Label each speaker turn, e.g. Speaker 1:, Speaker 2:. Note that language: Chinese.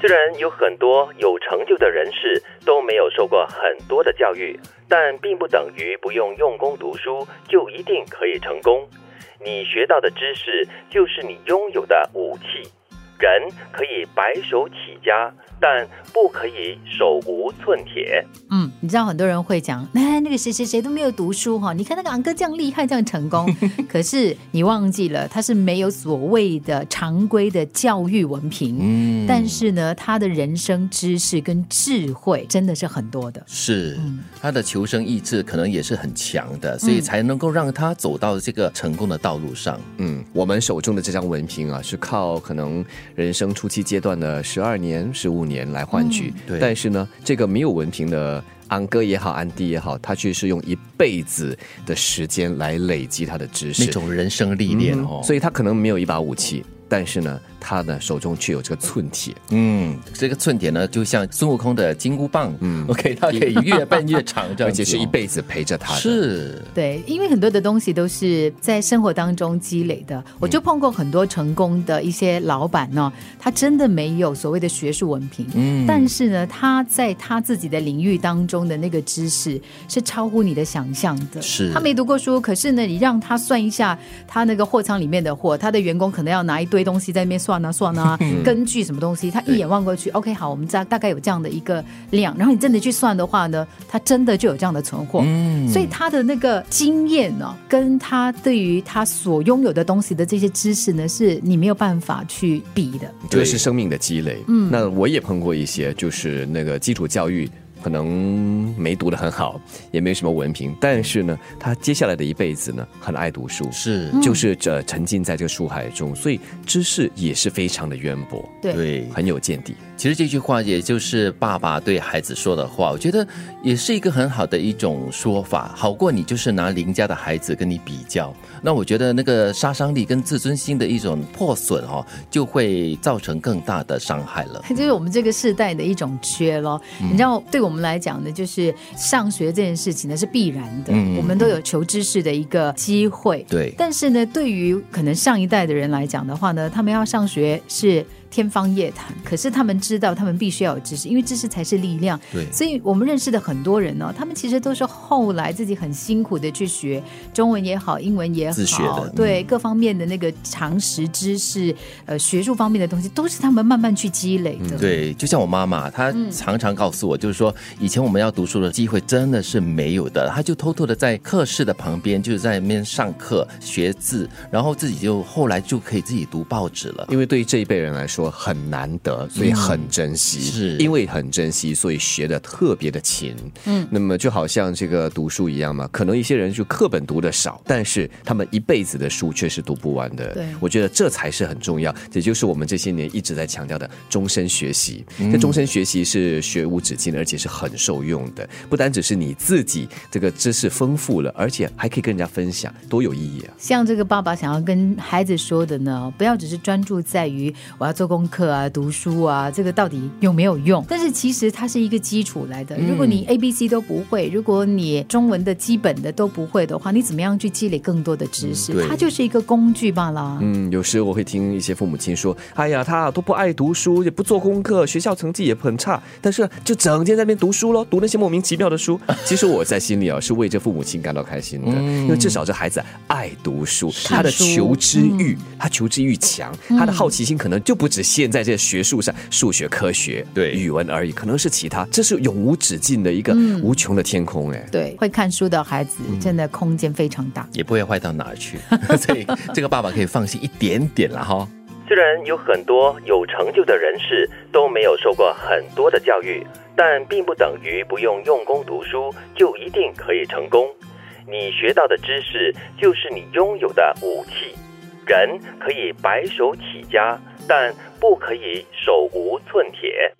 Speaker 1: 虽然有很多有成就的人士都没有受过很多的教育，但并不等于不用用功读书就一定可以成功。你学到的知识就是你拥有的武器。人可以白手起家，但不可以手无寸铁。
Speaker 2: 嗯，你知道很多人会讲， 哎，那个谁谁谁都没有读书哈，你看那个昂哥这样厉害，这样成功，可是你忘记了，他是没有所谓的常规的教育文凭，
Speaker 3: 嗯
Speaker 2: 但是呢，他的人生知识跟智慧真的是很多的。
Speaker 3: 是
Speaker 2: 嗯
Speaker 3: 他的求生意志可能也是很强的，所以
Speaker 2: 嗯
Speaker 3: 才能够让他走到这个成功的道路上。
Speaker 4: 嗯，我们手中的这张文凭啊，是靠可能人生初期阶段的十二年、十五年来换取。
Speaker 3: 嗯对
Speaker 4: 但是呢，这个没有文凭的安哥也好，安迪也好，他却是用一辈子的时间来累积他的知识。
Speaker 3: 那种人生历练哦，
Speaker 4: 嗯所以他可能没有一把武器，但是呢，他呢手中却有这个寸铁。
Speaker 3: 嗯，这个寸铁呢，就像孙悟空的金箍棒，嗯，OK，它可 以越变越长，这样子哦
Speaker 4: 而且是一辈子陪着他的。，
Speaker 3: 是
Speaker 2: 对，因为很多的东西都是在生活当中积累的。我就碰过很多成功的一些老板哦呢、他真的没有所谓的学术文凭，嗯，但是呢，他在他自己的领域当中的那个知识是超乎你的想象的。
Speaker 3: 是
Speaker 2: 他没读过书，可是呢，你让他算一下他那个货仓里面的货，他的员工可能要拿一堆东西在那边算啊算啊，根据什么东西，他一眼望过去，OK，好，我们大大概有这样的一个量，然后你真的去算的话呢，他真的就有这样的存货，所以他的那个经验呢、跟他对于他所拥有的东西的这些知识呢，是你没有办法去比的。
Speaker 4: 这个是生命的积累。嗯，那我也碰过一些，就是那个基础教育。可能没读得很好，也没什么文凭，但是呢，他接下来的一辈子呢，很爱读书，
Speaker 3: 是，
Speaker 4: 就是这、呃沉浸在这个书海中，所以知识也是非常的渊博，
Speaker 2: 对
Speaker 3: 对，
Speaker 4: 很有见地。
Speaker 3: 其实这句话也就是爸爸对孩子说的话，我觉得也是一个很好的一种说法，好过你就是拿邻家的孩子跟你比较。那我觉得那个杀伤力跟自尊心的一种破损哦，就会造成更大的伤害了。
Speaker 2: 就是我们这个世代的一种缺咯。
Speaker 3: 嗯
Speaker 2: 你知道，对我们来讲呢，就是上学这件事情呢是必然的，
Speaker 3: 嗯
Speaker 2: 我们都有求知识的一个机会。
Speaker 3: 对
Speaker 2: 但是呢，对于可能上一代的人来讲的话呢，他们要上学是天方夜谭，可是他们知道他们必须要有知识，因为知识才是力量。
Speaker 3: 对
Speaker 2: 所以我们认识的很多人呢、他们其实都是后来自己很辛苦的去学中文也好，英文也好，
Speaker 3: 自学的嗯
Speaker 2: 对、各方面的那个常识、知识，呃，学术方面的东西，都是他们慢慢去积累的。，
Speaker 3: 嗯对，就像我妈妈，她常常告诉我，就是说以前我们要读书的机会真的是没有的，她就偷偷的在课室的旁边，就是在那边上课学字，然后自己就后来就可以自己读报纸了。
Speaker 4: 因为对于这一辈人来说很难得，所以很珍惜。
Speaker 3: 是
Speaker 4: 因为很珍惜，所以学的特别的勤。嗯，那么就好像这个读书一样嘛，可能一些人就课本读的少，但是他们一辈子的书却是读不完的。
Speaker 2: 对
Speaker 4: 我觉得这才是很重要，也就是我们这些年一直在强调的终身学习。这终身学习是学无止境的，而且是很受用的。不单只是你自己这个知识丰富了，而且还可以跟人家分享，多有意义啊！
Speaker 2: 像这个爸爸想要跟孩子说的呢，不要只是专注在于我要做功课啊、读书啊，这个到底有没有用？但是其实它是一个基础来
Speaker 3: 嗯
Speaker 2: 的。如果你 A、B、C 都不会，如果你中文的基本的都不会的话，你怎么样去积累更多的知识？
Speaker 3: 嗯对
Speaker 2: 它就是一个工具罢了。
Speaker 4: 嗯，有时我会听一些父母亲说：“哎呀，他啊都不爱读书，也不做功课，学校成绩也很差，但是就整天在那边读书咯，读那些莫名其妙的书。”其实我在心里啊，是为这父母亲感到开心的，因为至少这孩子爱读书，他的
Speaker 2: 看书
Speaker 4: 求知欲，他求知欲强，他的好奇心可能就不止限在这学术上，数学、科学、
Speaker 3: 对
Speaker 4: 语文而已，可能是其他，这是永无止境的一个无穷的天空，哎。
Speaker 2: 对，会看书的孩子真的空间非常大。
Speaker 3: 也不会坏到哪儿去， 所以这个爸爸可以放心一点点了哈。
Speaker 1: 虽然有很多有成就的人士都没有受过很多的教育，但并不等于不用用功读书就一定可以成功。你学到的知识就是你拥有的武器。人可以白手起家，但不可以手无寸铁。